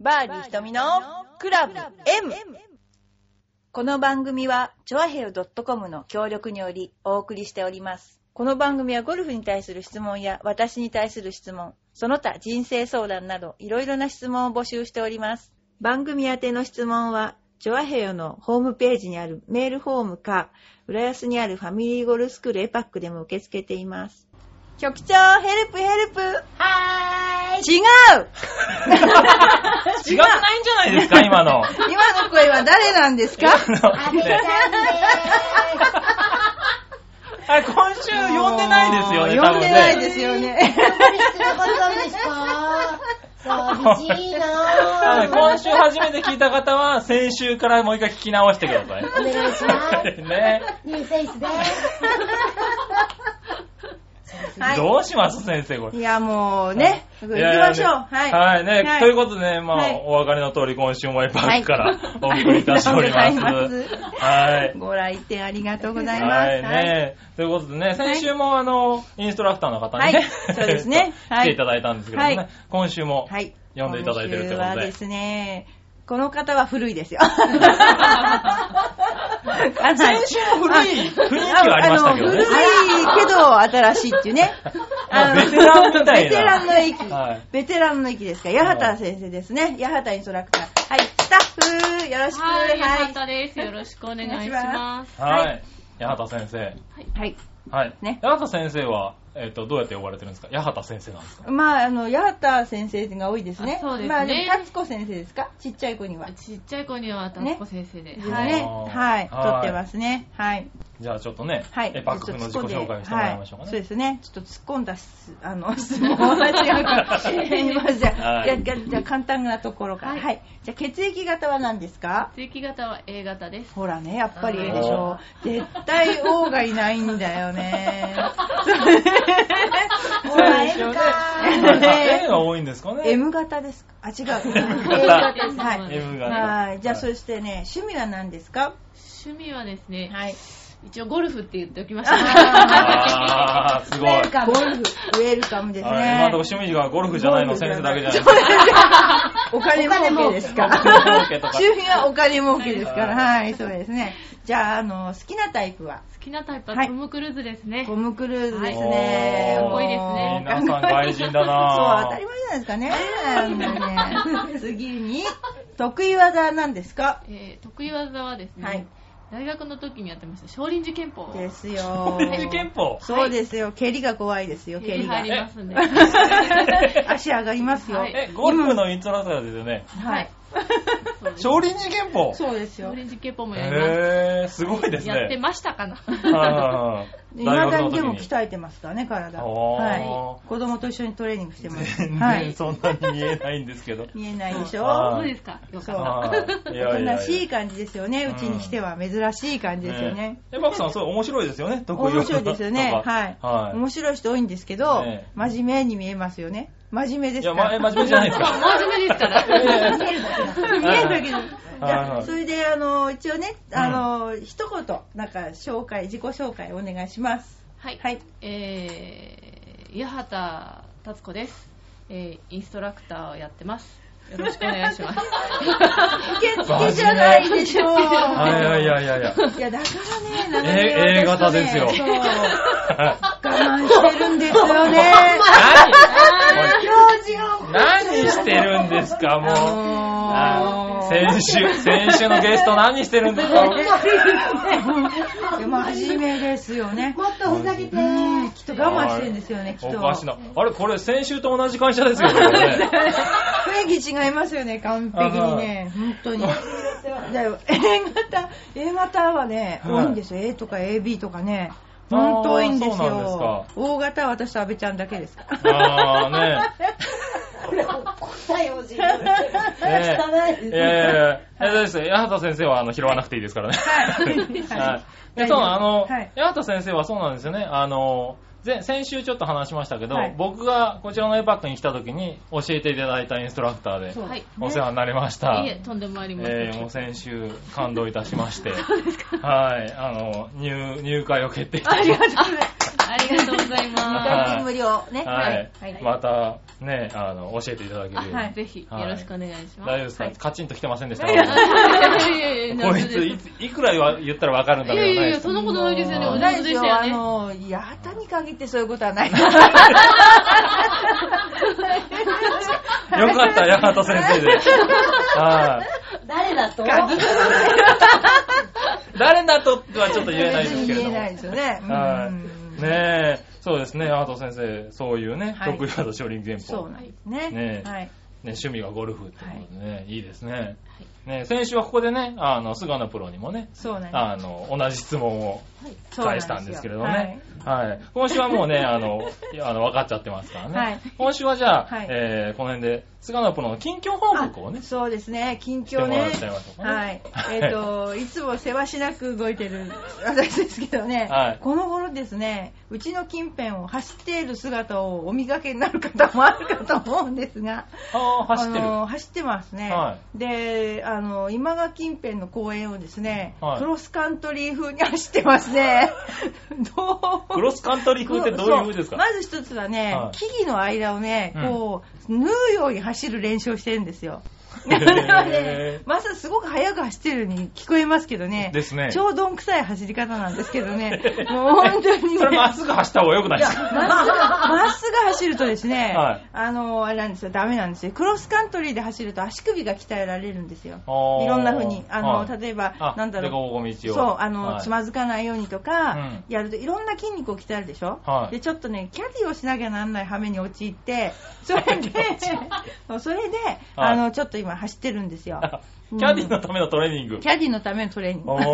バーディー瞳のクラブ M! この番組は、チョアヘヨ .com の協力によりお送りしております。この番組はゴルフに対する質問や私に対する質問、その他人生相談などいろいろな質問を募集しております。番組宛ての質問は、チョアヘヨのホームページにあるメールフォームか、浦安にあるファミリーゴルフスクールエパックでも受け付けています。局長、ヘルプヘルプ はーい。違う違くないんじゃないですか、今の。今の声は誰なんですか阿部ちゃんでーす。あれ、今週呼んでないですよね、呼んでない多分ねですよね。失礼なことですか寂しいなはいー今週初めて聞いた方は、先週からもう一回聞き直してください。お願いします。ね。ニューフェイスでーす。 どうします先生、これい。や、もうね、行きましょう。はい。はい、ね、はいということでね、まあ、はいお分かりの通り、今週もワイパークからお送りいたしておりありま す。がとうございますはい。ご来店ありがとうございます。はい、ね、ということでね、先週もあの、インストラクターの方にはねい、そうですねはい 来ていただいたんですけどもはねい、今週もはい。読んでいただいてるってこ今週はとでで。すね、この方は古い ですよ。先先週も古い雰囲気はありましたけど古いねけど新しいっていうね。 まあベテランみたベいなテランの域。はいベテランの域ですから、八幡先生ですね。八幡インストラクター。はい、スタッフ、よろしく。はい、よかったです。よろしくお願いします。はい。八幡先生。はい。はい。ね八幡先生は、えっ、と、どうやって呼ばれてるんですか八幡先生なんですかまあ、あの、八幡先生が多いですね。あそうですねまあ、でも達子先生ですかちっちゃい子には。ちっちゃい子には、たつこ先生で。ですね。はいはい。はい撮ってますね。はい。じゃあちょっとね、はい。エパックフの自己紹介をしてもらいましょうかはいね。そうですね。ちょっと突っ込んだし、 あの、質問は違う から。すいません。じゃあ、はいじゃあじゃあじゃあ簡単なところから。は、はいいじゃあ、血液型は何ですか血液型は A 型です。ほらね、やっぱり A でしょ。絶対 O がいないんだよ ね。もらえるかー。そうですね A が多いんですかね M 型ですかあ、違う。 A 型です。はいそうなんです M がね。はい。じゃあ、それ、してね、趣味は何ですか趣味はですね、はい。一応ゴルフって言っておきました。あー、すごい。あゴルフ、ウェルカムですれ今のとこね。趣味がゴルフじゃないゴのル先フじ生ゃだなけいじゃないですか。 お金儲けですかお金儲けとか趣味はお金儲けですから。ははい、そうですね。じゃあ、あの、好きなタイプは好きなタイプははいトム・クルーズですね。トム・クルーズですね。おーかっこいいですね皆さん外人だそう、当なたり前じゃないですかねあ のね。次に、得意技は何ですかえー得意技はですね、はい大学の時にやってました、少林寺拳法。です よ。そう憲法。そうですよ。蹴りが怖いですよ、蹴手にりが入り。ますんで。足上がりますよ。はいえ、ゴルフのインストラクターですよね。はい。そうです少林寺憲法。そうです少よ。林寺拳法もやります。へー、すごいですね。やってましたかな。はい未はいはいだにで大学のも時鍛えてますからね、体。おーはい。子供と一緒にトレーニングしてます。全は然い。そんなに見えないんですけど。見えないでしあ ょーそうですか。よかそっうた。はいいやいや珍や。しい感じですよね。うちにしては珍しい感じですよね。え、マクさん、そう、面白いですよね、得意技面白いですよね。とかはい。はい。面白い人多いんですけどね、真面目に見えますよね。真面目ですいや、かま、ら。え真面目じゃないですか。真面目ですから。 見えるだけです。じはいゃはあいそれで、あの、一応ね、あの、一言、なんか、紹介、自己紹介お願いします。はい。はいえー、八幡達子です。えー、インストラクターをやってます。よろしくお願い します。いけつけじゃないでしょう。はいはいはいはいはい。いや、だからね、長え年 A 型ですよ私とねそう我慢してるんですよね。表情何何してるんですか、もう。ああのー先週、先週のゲスト何してるんですかでも真面目ですよね。もっとふざけてうんー。きっと我慢してるんですよね、きっおと。かしな。あれ、これ先週と同じ会社ですよね。こ れね雰囲気違いますよね、完璧にね。本当 に。だよ、A 型、A 型はね、はい多いんですよ。A とか AB とかね。あー本当多いんですよ。そうなんですか O 型は私と安倍ちゃんだけ ですから。あーね。これ、答えを自分え汚いえですいやいやいや、えそうですね。八幡先生はあの拾わなくていいですからね。ははいい。で、そう、あの、はい八幡先生はそうなんですよね。あの、前先週ちょっと話しましたけど、はい僕がこちらのエパックに来た時に教えていただいたインストラクターでそう、はい。お世話になりました。いえ、とんでもありません。えーもう先週感 動いたしまして、はい、あの、入、入会を決定いたしました。あありがとうございまはい無料ね。はい。はいまた、ね、あの、教えていただけるように。す。はい、ぜひ、よろしくお願いします。大丈夫ですか、はいカチンと来てませんで したいやいやいやいや、こいついいつ、いくら言わ言ったらわかるんだやけいどやね。いや、そんなことないですよね。おうん上手でしたよあね。の、八幡に限ってそういうことはない。よかった、八幡先生で。はい。誰だと誰だとはちょっと言えないですけれども。言えないですよね。はい。ね。ねえ、そうですね、八幡先生、そういうね、はい得意技少林拳法。そうなんですね。ねえはい。ね、趣味がゴルフってことでね、い、いですね。ね、先週はここでね、あの、菅野プロにもね、そうなんであの、同じ質問をす。そうなんで返すしたよんですけれどね。。はい、今週はもうね、あの、いやあの、分かっちゃってますからね。はい今週はじゃあ、はいえー、この辺で、菅野プロの近況報はい告をね、あしそうですね。近て況もらっね。ちゃいましょうかね。はい。えっ、と、いつもせわしなく動いてる私ですけどね、はいこの頃ですね、うちの近辺を走っている姿をお見かけになる方もあるかと思うんですが、ああ、走ってる。あの走ってますね、はであの今川近辺の公園をですね、はいクロスカントリー風に走ってますね どうクロスカントリー風ってどういう風ですそか、うまず一つはね、はい木々の間をねうんこう、縫うように走る練習をしてるんですよ へーそれはねまずすごく速く走ってるように聞こえますけどねですね超どんくさい走り方なんですけどね もう本当にねそれまっすぐ走った方が良くないですかまっすぐ、まっすぐ走るとですね、はいあの、あれなんですよ、ダメなんですよ。クロスカントリーで走ると足首が鍛えられるんですよ。いあーろんな風に。あの、はい例えばあ、なんだ凸ろう。凹道をそう、あの、はいつまずかないようにとか、やると、いろんな筋肉を鍛えるでしょ、はいで、ちょっとね、キャディをしなきゃなんない羽目に陥 って、それで、それで、あの、ちょっと今走ってるん ですよ。キャディのためのトレーニング。キャディのためのトレーニング。あー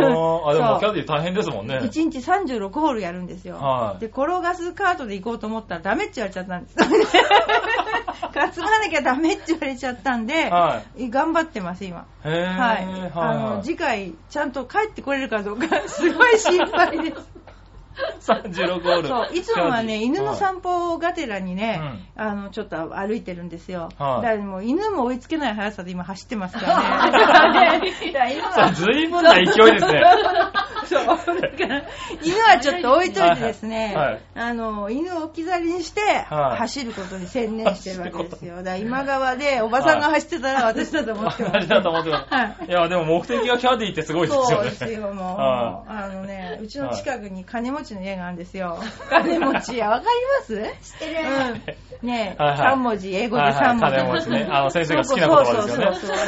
あ、でもキそうャディ大変ですもんね。 1日36ホールやるんですよ、はいで転がすカートで行こうと思ったらダメって言われちゃったん です 担がなきゃダメって言われちゃったんで、は頑張ってます今へぇはい、ー。あのはい。次回ちゃんと帰ってこれるかどうか すごい心配です36ゴール。そういつもはねキャディ犬の散歩がてらにね、あのちょっと歩いてるんですよ、はいだからもう犬も追いつけない速さで今走ってます からねだから今ははい。ずいぶんな勢いですね。そう。だから犬はちょっと置いといてですね、はいはいあの、犬を置き去りにして、はい走ることに専念してるわけですよ。だから今川でおばさんが走ってたら私だと思ってま同す。じだと思ってます。いや、でも目的がキャディってすごいですそようね。ですよ、もう。はあのね、うちの近くに金持ちの家があるんです よ。金持ちや、わかります知ってるうん。ねえ、はいはい3文字、英語ではいはい3文字。金持ちねあの先生が好きな言葉ですよねそうそうそうそう。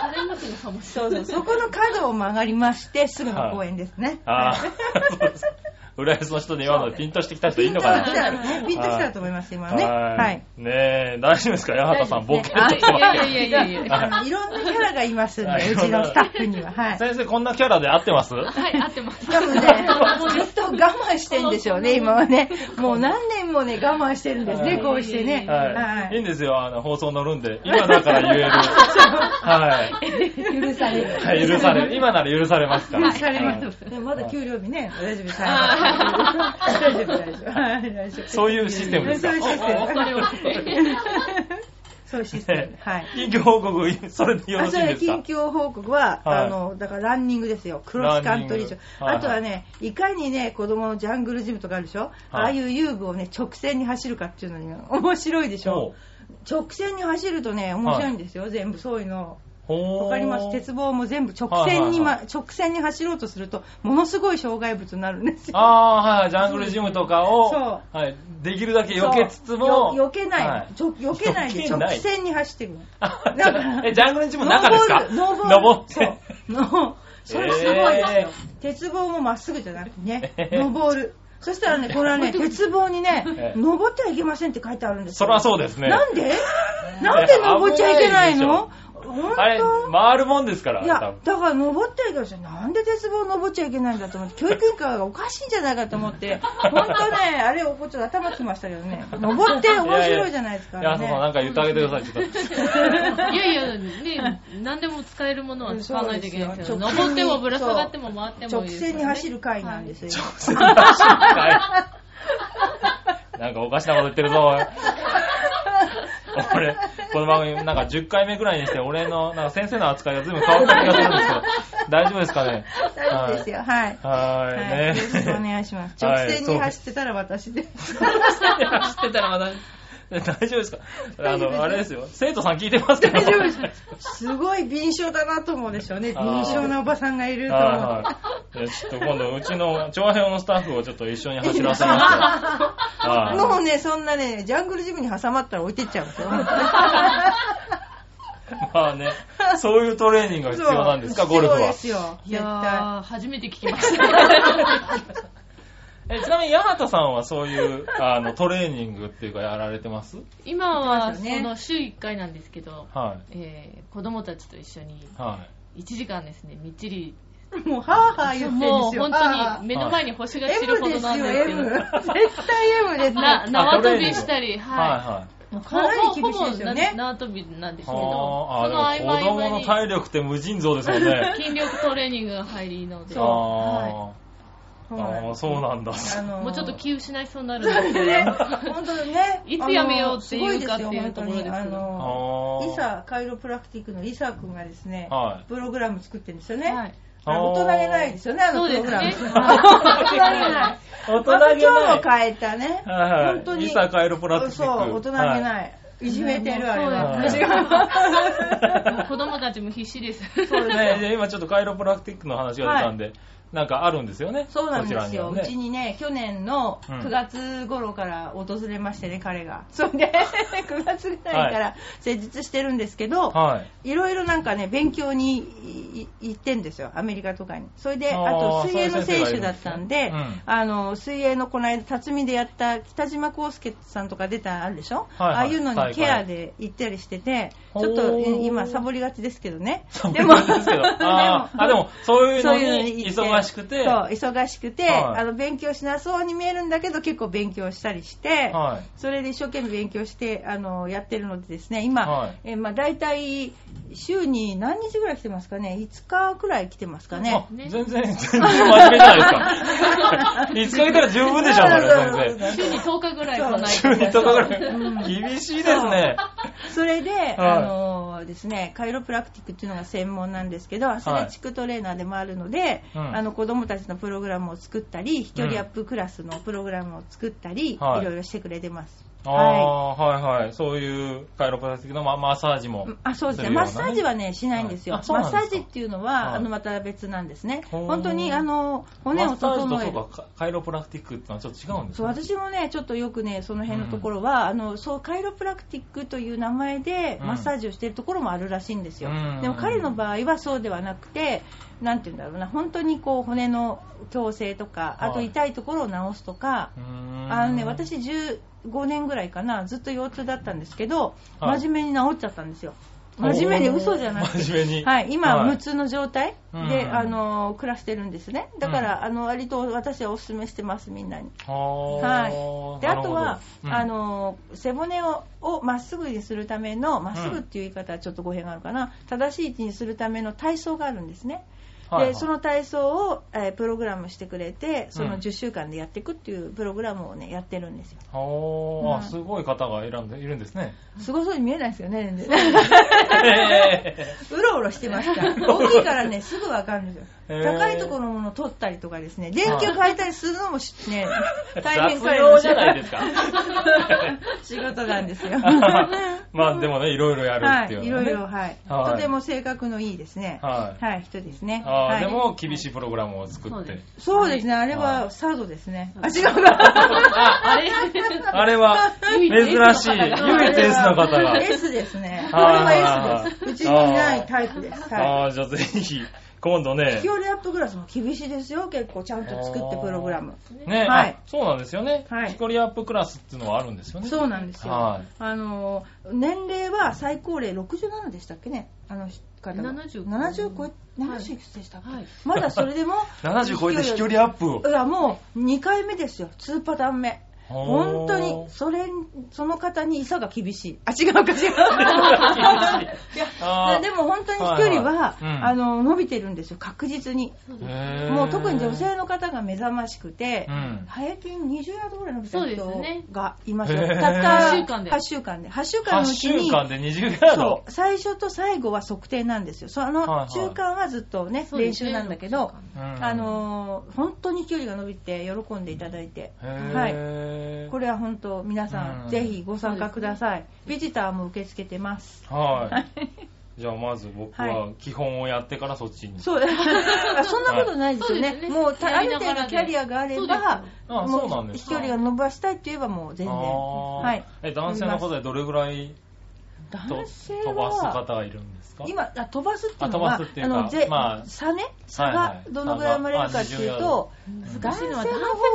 金持ちのかもしれそうそう、そこの角を曲がりまして、すぐの公園ですね。ああ、そうです。浦安の人で今のでピンとしてきた人いピいンのとかな来たらね、ピンと来たらと思います、今ね。はい。。ねえ、大丈夫ですか八幡さん、ボケっとしてますない。いやいやいやい や。あのいろんなキャラがいますんで、はいうちのスタッフには。はい。先生、こんなキャラで合ってますはい、合ってます。多 分ね、ずっと我慢してんでしょうね、今はね。もう何年もね、我慢してるんですね、こうしてね。はい。いいんは。ですよ、あの、放送乗るんで。今だから言える。はい許される。い。はい、許される。今なら許されますから。許されまはいす。でもまだ給料日ね、大丈夫です。はい大丈夫、大丈夫はい。大丈夫。そういうシステムですかそういうシステム。それはそういうシステム。はい。近況報告、それでよろあしそいれです近か況報告は、はいあのだからランニングですよ、クロスカントリー場ランニン、グはいはいあとはね、いかにね、子供のジャングルジムとかあるでしょ、ああいう遊具をね、直線に走るかっていうのに面白いでしほょ、直線に走るとね、面白いんですよ、全部そういうの、うわかります、鉄棒も全部直線に、まはいはい直線に走ろうとすると、ものすごい障害物になるんですよ。ああー、はい、ジャングルジムとかを、そはい、できるだけ避けつつも、よ避けない、はいちょ避けないで避けない直線に走ってくるのあだから え、ジャングルジムの中ですかノーボール。ノーボール。登 って。そう。のそれすごいですよ。鉄棒もまっすぐじゃなくてね、 ノーボール。そしたら ね、これはね、鉄棒にねえ、え登ってはいけませんって書いてあるんですよ。そりゃそうですね。なん でなんで登っちゃいけないの本あれ、当回るもんですから、い多や分、だから登ってはいけません。なんで鉄棒登っちゃいけないんだと思って、教育委員会がおかしいんじゃないかと思って、本当ね、あれ、ちょっと頭きましたけどね、登って面白いじゃないですか、いあや、れそうね。そう、なんか言ってあげてください、ち ょっと。 いやいや、ね、何でも使えるものは使わないといけないですそよ。うですよ登ってもぶら下がっても回ってもい直いですよね線に走る会なんですよ。なんかおかしなこと言ってるぞ。俺、この番組、なんか10回目くらいにして、俺の、なんか先生の扱いが随分変わった気がするんですけど、大丈夫ですかね 大丈夫ですよ。はい。ははいーよろい、ね。しくお願いします。はい直線そうに走ってたら私で。 走ってたらまだ、大丈夫ですかあ大丈夫ですの、あれですよ。生徒さん聞いてますけど。大丈夫です。すごい敏捷だなと思うでしょうね。あー敏捷なおばさんがいると思う。はいはい。でちょっと今度、うちの長編のスタッフをちょっと一緒に走らせますよ。はもうね、そんなね、ジャングルジムに挟まったら置いてっちゃうんです よ。い。まあね、そういうトレーニングが必要なんですか、ゴルフそうはで。すよ。い絶や対。ー、初めて聞き ました。え、ちなみに、八幡さんはそういう、あの、トレーニングっていうか、やられてます今は、そうそですよねの、週1回なんですけど、はえー子供たちと一緒にい。はい。 1時間ですね、みっちり、もう、はぁはぁ言ってんですよ。もう本は当に目の前に星が散るほどなんですけ M ですよ、ど、 M。絶対 M ですよ。 な縄跳びしたり、はい。はかなり厳しいですよねほぼ縄跳びなんですいはい。けど、そはの合あ、でも子間合間供のに体力って無尽蔵ですもんね。筋力トレーニングが入りので、あもあそうなんあであ、すそうなんだ。あのーうちょっと気失いそうになるそうんでですねすけ。本当にね。いつやめようっていうかっていうところですけどあのすごいであすよ本当にあのー、ーリサ、カイロプラクティックのリサ君がですね、はい。プログラム作ってるんですよど、ね。はい、あの大人げないですよね、あそのうプでロすグラム。ね。 大人げない。大また人げな今日いも。変えたね。はいはい本当にリサカイロプラクティック。そう、大人げはい。ない。いじめてるあれは。そうですねもう子供たちも必死です。ねじゃあ今ちょっとカイロプラクティックの話が出たんで、なんかあるんですよね。そうなんですよ。こうちらちにはね。にね、去年のうん9月頃から訪れましてね、彼が。そんで、9月ぐらいから施術してるんですけど、はい。いろいろなんかね、勉強にいい行ってんですよ、アメリカとかに。それで、ああーと水泳の選手だったんで、そういう先生がいるんですねあの、水泳のこの間、辰巳でやった北島康介さんとか出たあるでしょ、はいはいああいうのはいにケアで行ったりしてて、ほちーょっとえ今、サボりがちですけどね。でも、ですけ ど。あーあ、でも、そういうそのういうのにに行って忙しくて。そう、忙しくて、はいあの、勉強しなそうに見えるんだけど、結構勉強したりして、はそれで一生懸命勉強して、あの、やってるのでですね、今、はいえーまあ、大体、週に何日ぐらい来てますかね ?5 日くらい来てますかい。ねあ。ね全然、全然真面目じ ゃないですか。5日いたら十分でしょ、それ、そうそう全然。週に10日ぐらい来ない週にとかぐらんい。厳しいですね。それで、あのですね、カイロプラクティックっていうのが専門なんですけど、アスレチックトレーナーでもあるので、うんあの子供たちのプログラムを作ったり、飛距離アップクラスのプログラムを作ったり、はいいろいろしてくれてます。ああ、はいはい。そういうカイロプラスティックのママッサージも。あそうですねるよマッうなサージはねしないんですよ、はいあそうマなんッですサかージっていうのは、はいあのまた別なんですねほう本当にあの骨を整えるマッサージとそうかカイロプラクティックってのはちょっと違うんですそうね私もねちょっとよくねその辺のところは、あのそうカイロプラクティックという名前でうんマッサージをしているところもあるらしいんですよ、うんでも彼の場合はそうではなくてなんて言うんだろうな本当にこう骨の矯正とかあとはい痛いところを治すとか、うーんあのね、私15年ぐらいかなずっと腰痛だったんですけど、はい真面目に治っちゃったんですよ真面目に嘘じゃなくて真面目にはい、今、はい無痛の状態で、うんあの暮らしてるんですね。だから、あの割と私はお勧めしてます、みんなに。はで、あとは、あ、なるほどの背骨ををまっすぐにするための、まっすぐっていう言い方はちょっと語弊があるかな、正しい位置にするための体操があるんですね。うんはいはいで、その体操を、えープログラムしてくれて、その10週間でやっていくっていうプログラムをね、やってるんですよ。ほーうんあ、すごい方が選んでいるんですね。すごそうに見えないですよね、全然えうろうろして ますから。大きいからね、すぐわかるんですよ。へー高いところのものを取ったりとかですね、電球変えたりするのもしね、ー 大変 雑用じゃな彼い ですか。の仕事なんです よ。まあでもね、いろいろやるっはていう、い、ね。いろいろ、はい。はいとても性格のいいですね。はいはい、人ですね。あーはいでも、厳しいプログラムを作そうっでて。す。そうですね、あれはいはサードですね。あ、違うな。あ、あれあれは、珍しい。唯一エースの方が。 S ですね。これあーは S です。うちにないタイプです。はい。ああ、じゃあぜひ、今度ね飛。距離アップグラスも厳しいですよ、結構ちゃんと作ってプログラム。ね、はあいそうなんですよね。はいヒコリアップクラスっていうのはあるんですよね。そうなんですよ。はいあの年齢は最高齢67でしたっけね、あの方は70 70超え、はい70いくつでしたっけ、はいまだそれでも70超えて飛距離アップを。いやもう2回目ですよ、2パターン目。本当 に、それ、その方に餌が厳しい。あ、違うか違うか。厳しいいやあーでも本当に飛距離は、はいはいうんあの伸びてるんですよ確実にへーもう特に女性の方が目覚ましくて、うん平均20ヤードぐらい伸びたそうです人ねがいましたへよ、ーたった8週間で8週間で8週間の8うち週に間で20ヤードそう最初と最後は測定なんですよそはいはのい中間はずっとね、そうで練す習ねなんだけど、うんあのー本当に距離が伸びて喜んでいただいて、はい、へーこれは本当皆さん、うんぜひご参加ください、ビジターも受け付けて ますはい。じゃあまず僕は基本をやってからそっちに。そう あそんなことないですよね,、はいそうですねもうたあやりるな程がら度でキャリアがあれそうですばよあもそうなんです飛か距離が伸ばしたいって言えばもう全然あーはいえ、男性の方でどれぐらいと男性飛ばすは方がいるんですか今あ飛ばすっていうのあは飛ばすっていうかのぜ、まあ差ね差はいはがいどのぐらい生まれるかっていう差があと、男性の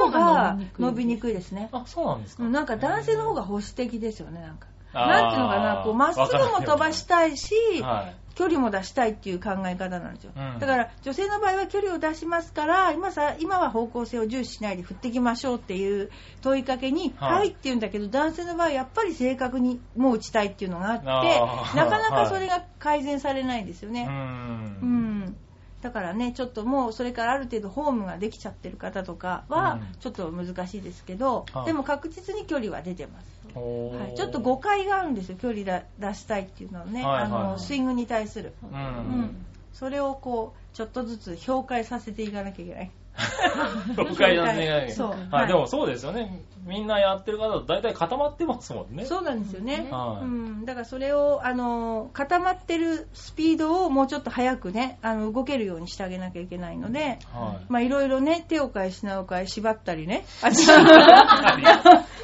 方が伸びにくいですねあ、そうなんですか。うんなんか男性の方が保守的ですよねなんかあーなんていうのかなこうまっすぐも飛ばしたいし、はい。距離も出したいっていう考え方なんですよ、うんだから女性の場合は距離を出しますから今さ今は方向性を重視しないで振っていきましょうっていう問いかけに「はいはい」って言うんだけど男性の場合はやっぱり正確にもう打ちたいっていうのがあってあーなかなかそれが改善されないんですよう。ね、うんん、だからねちょっともうそれからある程度ホームができちゃってる方とかはうんちょっと難しいですけど、はいでも確実に距離は出てます、おーはい、ちょっと誤解があるんですよ距離だ出したいっていうのはね、はいはいあのスイングに対する、ううんん。それをこうちょっとずつ評価させていかなきゃいけない誤解なんですね。 そうははいい、でもそうですよね。みんなやってる方だと大体固まってますもんね。そうなんですよね、はういん、だからそれをあの固まってるスピードをもうちょっと早くねあの動けるようにしてあげなきゃいけないので、 はい。まあいろいろね、手を変え品を変え縛ったり ね。あ、違う。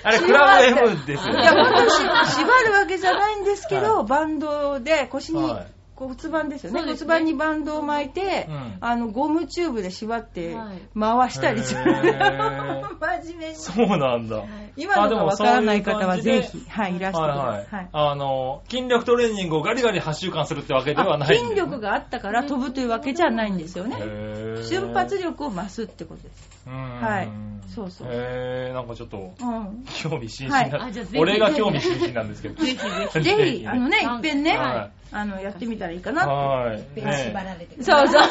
あれ、クラブ M ですよいや、ね。本当にし縛るわけじゃないんですけど、はバンドで腰に、はい骨盤ですよねそうですね骨盤にバンドを巻いて、うんあの、ゴムチューブで縛ってはい、回したりする。へー 真面目に。そうなんだ。今のがわからない方はぜあでもそういうひ、感じではい、いらしてくだはさいい。はい。あの、筋力トレーニングをガリガリ8週間するってわけではあないん筋で。力があったから飛ぶというわけじゃないんですよね。へー瞬発力を増すってことです。うんはいそうそうへーなんかちょっと、うん。興味津々はないあじゃあぜ、ひ俺が興味津々なんですけど。ぜひぜひ、あのね、はいいっぺんね、はいあの、やってみたらいいかなってはい。縛ねられてそうそう。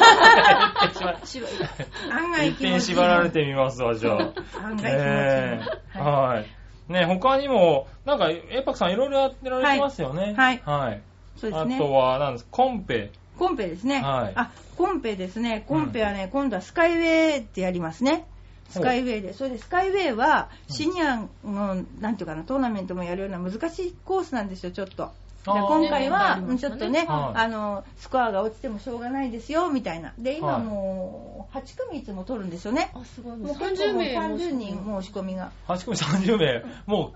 縛る 案え外一気持ちいい遍縛られてみますわ、じゃあ。案外気持ちいいねえははい。ね他にも、なんか、エイパクさんいろいろやってられてますよね。はいはい。い。そうですあね。とは、なんですコンペ。コンペですね。はいあ、コンペですね。コンペはね、今度はスカイウェイってやりますね。スカイウェイで。それでスカイウェイは、シニアの、なんていうかな、トーナメントもやるような難しいコースなんですよ、ちょっと。であー今回は、ねうんちょっとね、はいあの、スコアが落ちてもしょうがないですよ、みたいな。で、今はいもう、8組いつも取るんですよね。あすごいもう結30構もう名30人申し込みが。 8組30名、も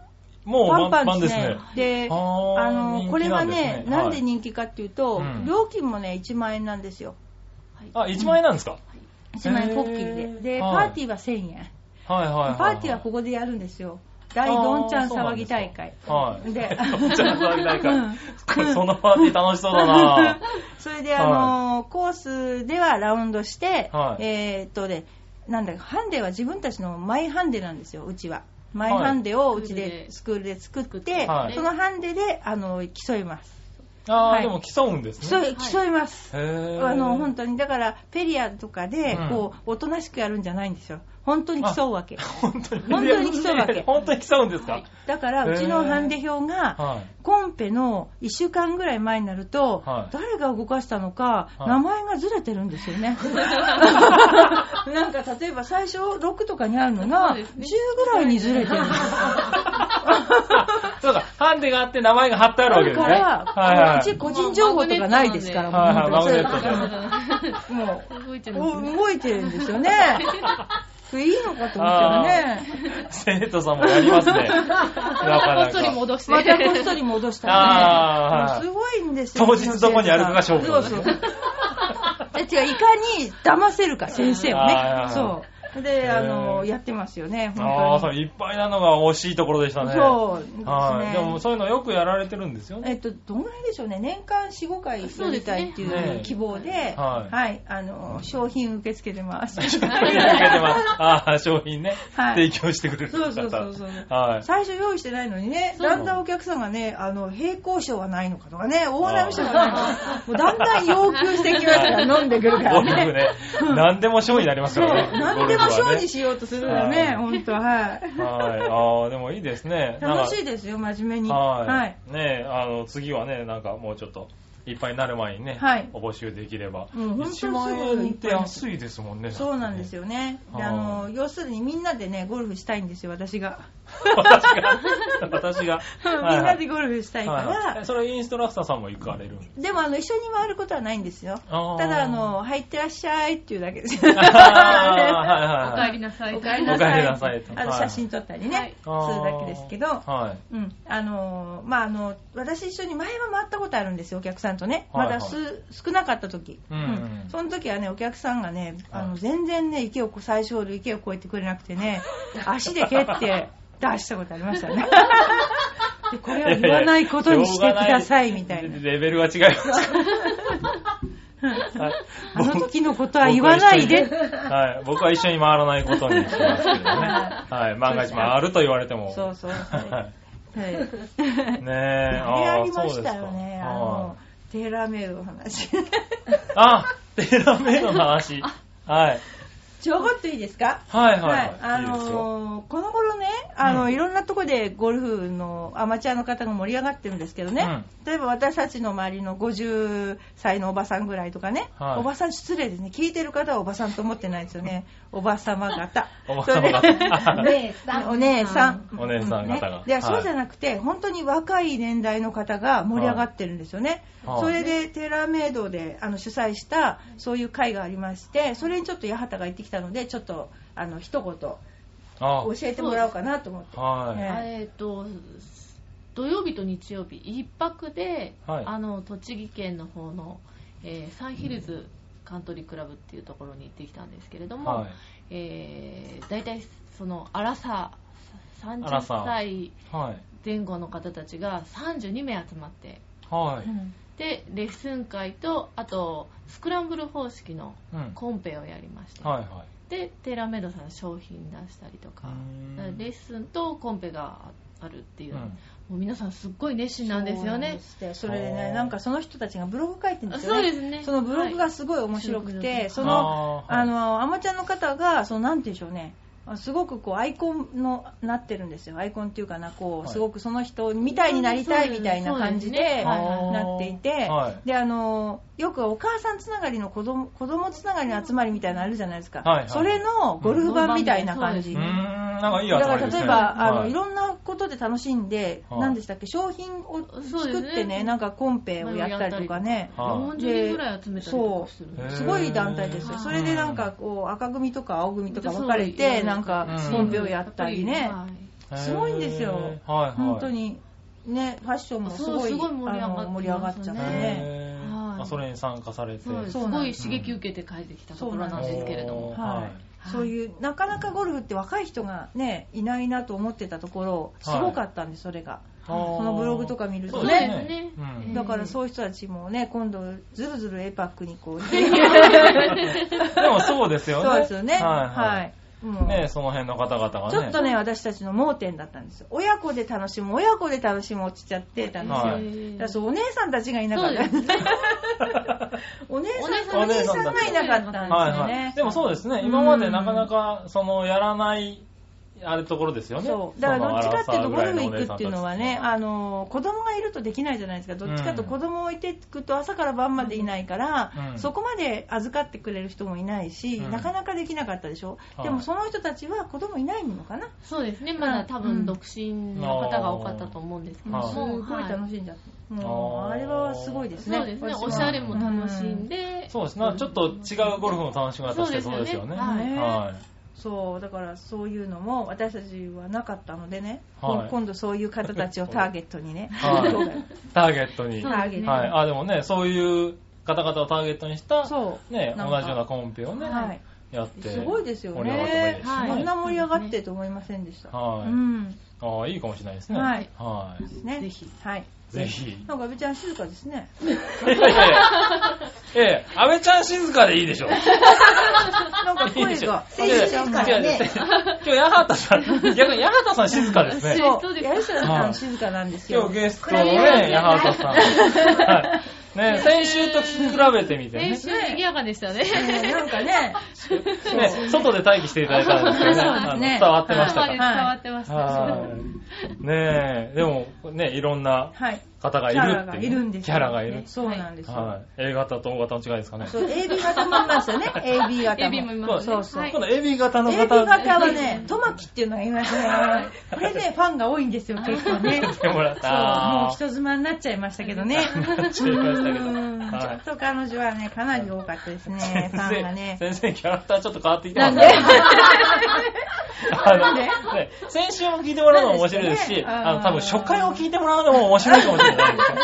う、もうパン満パ々ンでですすねね。。で、あーあの、これがね、なんで、人気かっていうと、うん料金もね、1万円なんですよ。気なんですねはいあ、1万円なんですか、 1万円ポッキリへーで。で、パはいーティーは1000円。はいはいはいはい。パーティーはここでやるんですよ。大どんちゃん騒ぎ大会。あーそうなんです でかはい。どんちゃん騒ぎ大うん会。そのパーティー楽しそうだな それで、あの、コースではラウンドして、はいえーっとね、なんだハンデは自分たちのマイハンデなんですよ、うちは。マイハンデをうちで、はいスクールで作って、はいそのハンデで、あの、競います。あー、はいでも競うんです競ね。い競います。へーあの本当にだからペリアとかでうんこうおとなしくやるんじゃないんですよ本当に競うわけ本当に。本当に競うわけ 本当に競うんですか、だからうちのハンデ表がはい。 コンペの1週間ぐらい前になるとはい誰が動かしたのかはい名前がずれてるんですよ ねなんか例えば最初6とかにあるのがそう10ですねぐらいにずれ てるんですよそうか、ハンデがあって名前が貼ってあるわだけですかね。らはいはういち個人情報とかないですからはいはいもう本当にマグネットでも動いてうるんですおね動いてるんですよね これいいのかと思ったらね生徒さんもやりま すね。なかこなっそりか。戻してまたこっそり戻したらね。もあーうすごいんですよ。当日どこにあるかが勝負。そうそう。え違う、いかに騙せるか、先生をあね。ーそで、あの、へーやってますよね、ああ、本そ当に。れいっぱいなのが惜しいところでしたね。そうですねはい。でもそういうのよくやられてるんですよね。えっと、どのぐらいでしょうね、年間4、5回やりたいってそうですいねう希望で、ねはいはい、あの、商品受け付けてます。 受けてます。ああ、商品ね、はい提供してくれる方。そうそうそうそう はい。最初用意してないのにね、そうだんだんお客さんがね、あの、平行賞はないのかとかね、大波賞はないの か、もうだんだん要求してきますから、飲んでくるかゴらルフね。ね、何でも賞になりますそう、からね。何でも賞にししようとするからね、ゴほんと、はい。はい。ああ、でもいいですね。なんか楽しいですよ、真面目に。は。はいい。ねえ、あの、次はね、なんかもうちょっと、いっぱいになる前にね、はいお募集できれば。うん本当にす1ぐ万円って安いですもんね。そうなんですよ。よね。ではああの、要するにみんなでね、ゴルフしたいんですよ、私が。 私が、私が。みんはいはないでゴルフしたいかはいはらい、それインストラクターさんも行かれるでもあの一緒に回ることはないんですよ。あーただあの、入ってらっしゃいっていうだけ です。 あーおはいはいはい帰りなさい。お帰りななさいさい。とあのはい写真撮ったりはいね、するだけですけど。はい。うん、あのーまああの私一緒に前は回ったことあるんですよお客さんとね、はいはいまだす少なかった時、うんその時はねお客さんがねあはのい全然ね池をこう最小で池を越えてくれなくてね 足で蹴って出したことありました ねでこれは言わないことにしてくださいみたいな レベルは違います。はいあの時のことは言わない で僕は一緒にはい。僕は一緒に回らないことにしてますけどね。はい。万が一回ると言われても。そうそうそうはい はいねえ。ああれーありましたよねあそのテーラーメイドの話うですかはいあ、テーラーメイドの話。はい。 ちょこっといいですかはいはいははいい。あいいですよ。のーこの頃ね、あの、うんいろんなとこでゴルフのアマチュアの方が盛り上がってるんですけどね、例えば私たちの周りの50歳のおばさんぐらいとかね、はいおばさん失礼ですね、聞いてる方はおばさんと思ってないですよね、おばさま方。 おばさまそれで方。お 姉さん。お姉さん。お姉さん方がねいや、はいそうじゃなくて、本当に若い年代の方が盛り上がってるんですよね。はいそれで、テーラーメイドであの主催した、そういう会がありまして、それにちょっと八幡が行ってきたので、ちょっと、あの、一言、あ教えてもらおうかなと思って。はい。あえっと土曜日と日曜日一泊で、はいあの栃木県の方の、えーサンヒルズカントリークラブっていうところに行ってきたんですけれども、はい。えー大体その荒さアラ30サー歳はい。前後の方たちが32名集まってはい。でレッスン会とあとスクランブル方式のうん。コンペをやりまして、はいはい。でテーラーメイドさんの商品出したりとかうんだからレッスンとコンペがあるっていう、うんもう皆さんすっごい熱心なんですそうなよねんですよそれでね、なんかその人たちがブログ書いてるんあですそようでね。すねそのブログはがいすごい面白くはいて、その、あーあ、の、アマちゃんの方が、その、なんて言うんでしょうね、あすごくこう、アイコンの、なってるんですよ。アイコンっていうかな、こう、はいすごくその人みたいになりたいみたいな感じそうですで、ねはいはいなっていて、はいで、あの、よくお母さんつながりの子供、子供つながりの集まりみたいなのあるじゃないですか。はいはいそれのゴルフ版みたいな感うじ。うーん、なんかいい集まだりからです例ねえば、あはのいろんなことで楽しんで、はい何でしたっけ商品をそう作でっすてねねなんかコンペをやったりとかねは40人ぐらい集めたりとかするんへでーすすごい団体ですよはいそれでなんかこう赤組とか青組とか分かれそうてですなんかうんコンペをやったりねはいすごいんですよへーはいはい。本当にねファッションもすごいそうすごい盛り上がってますあの盛り上がっちゃってねへーはいあそれに参加されて。そうですそうすなんごでいす刺激受けて帰ってきたところなんですけれどおもーはいそういうなかなかゴルフって若い人がねいないなと思ってたところすごかったんでそれが。あーそのブログとか見るとそねうですね。ううんんだからそういう人たちもね今度ずるずるエパックにこうでもそうですよね。そうですよね。ははいい。もはうい。ねその辺の方々がね。ちょっとね、私たちの盲点だったんですよ。親子で楽しむ、親子で楽しむ落ちちゃってたんですよ。はいだからそうお姉さんたちがいなそかうっでた。すね お姉さん、おお姉姉ささんんがたちいなかったはんいですよはねい。。でもそうですね。今までなかなか、その、やらない、あれところですよね。そうだからどっちかっていうとそのゴルフ行くっていうのはねアラあの子供がいるとできないじゃないですかどっちかとうん子供を置いていくと朝から晩までいないから、うんそこまで預かってくれる人もいないし、うんなかなかできなかったでしょ、はいでもその人たちは子供いないのかなそうですねまだ多うん分独身の方が多かったと思うんですけどはいすもごい楽しんじゃった。もう、あーあれはすごいですね。そうですね私はおしゃれも楽しんでそうですね。ちょっと違うゴルフの楽しみ方してそうですよね。そうですよねはいそう、だからそういうのも私たちはなかったのでね、はい今度そういう方たちをターゲットにね、はいターゲットに。そうはでい。すねあ、でもね、そういう方々をターゲットにした、 そう、ね、な同んかじようなコンペをね、はいやって。すごいですよ盛り上がってもいいねで。すしはね。こんな盛り上がってと思いませんでした。はうい。ん。ああ、いいかもしれないですね。はい。はい。ね。ぜひ。はい。ぜひ。なんか、安部ちゃん静かです ね。いやいやい や。ええ、安倍ちゃん静かでいいでしょ。なんかいい声でしょ が。静か静かだね違う違う今日、八幡さん、 逆に八幡さん静かですね。そうそう、ですやる人はさんい静かなんです今よ日。ゲストのね、八幡さん。はいね、先週と比べてみてね先。週賑やかでしたね。ねなんかね、ね、外で待機していただいたんですけどね、そうですあのね伝わってましたはかい伝わってました。ら。ははい。ねえ、でも、ね、いろんなはい。方がいキャるラっがていいうねるんですよキャラがいる。そうなんですよ。はい。A 型と O 型の違いですかね。そう、AB 型もいますよね。AB 型も。 AB もいますねそうそう。はい今度 AB 型の AB 方型はね、トマキっていうのがいますね。これね、ファンが多いんですよ、結構ね。 来てもらっそた。う、もう人妻になっちゃいましたけどね。 なっちゃいましたけどうんちょはいっと彼女はね、かなり多かったです ね、ファンがね。先生、キャラクターちょっと変わってきてなますんねであのなんでね先週も聞いてもらうのも面白いなんですでし、すかねあうの、ん多分初回を聞いてもらうのも面白いかもしれないですね。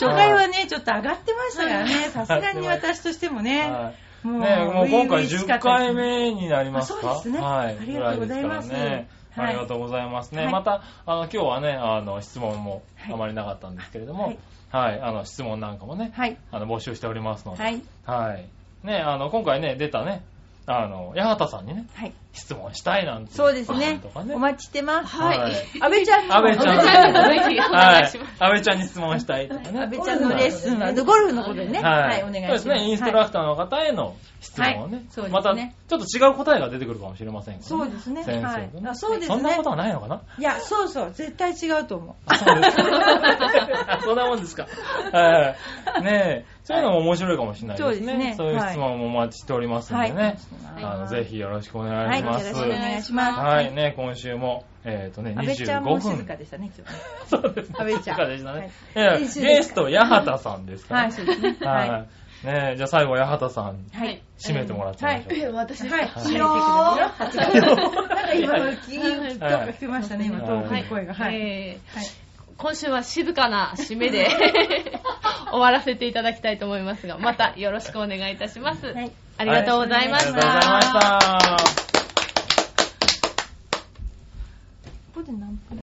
初回はね、ちょっと上がってましたからね、さすがに私としてもね。はいもう、ねもう今回初々しか10った回目になりますかあそうですねはい。ありがとうございますぐらですからねはあいりがとうございますね。はいまた、あの、今日はね、あの、質問もはいあまりなかったんですけれども、ははいい、あの、質問なんかもね、はい。あの、募集しておりますので、はい。はい。ね、あの、今回ね、出たね、あの、八幡さんにね、はい。質問したいなんていそうですねとか。ねお待ちしてます。い。はい安倍ちゃん安倍ちおゃん。願いもぜひお願はいいします。。安倍ちゃんに質問したいとかね。安倍ちゃんのレッスンは、ゴルフのことでね。はい、お願いします。そうですね、インストラクターの方への質問をね。はいそうですねまた、ちょっと違う答えが出てくるかもしれませんが、ね。そうですね。先は生いと。ねあそうですそんなねこと。はないのかないや、そうそう、絶対違うと思あそうですかあそんなもんです か。はい。ねえ、そういうのも面白いかもしれないですね。はいそうですねいう質問もお待ちしておりますう。んはでい。ね。はいあのぜひよろしくお願はいい、しよろましす。くおはい、願いします。ね、今週も、えっ、とね、安倍ちゃんも静25か分。でしたね、今日ね。そうですね。安倍ちゃん静かでしたね。はいいや練習ゲスト、八幡さんですから、はい、そうですね。はい。ははい。ねえ、じゃあ最後、八幡さん、はい。締めてもらってみましょう。え私ですい、かしよう。なんか今のキはーいンとか聞きましたね、今、遠くの声が。はい。えー今週は静かな締め で終わらせていただきたいと思いますが、またよろしくお願いいたします。はいありがとうございましありた。がとうございました。ここで何分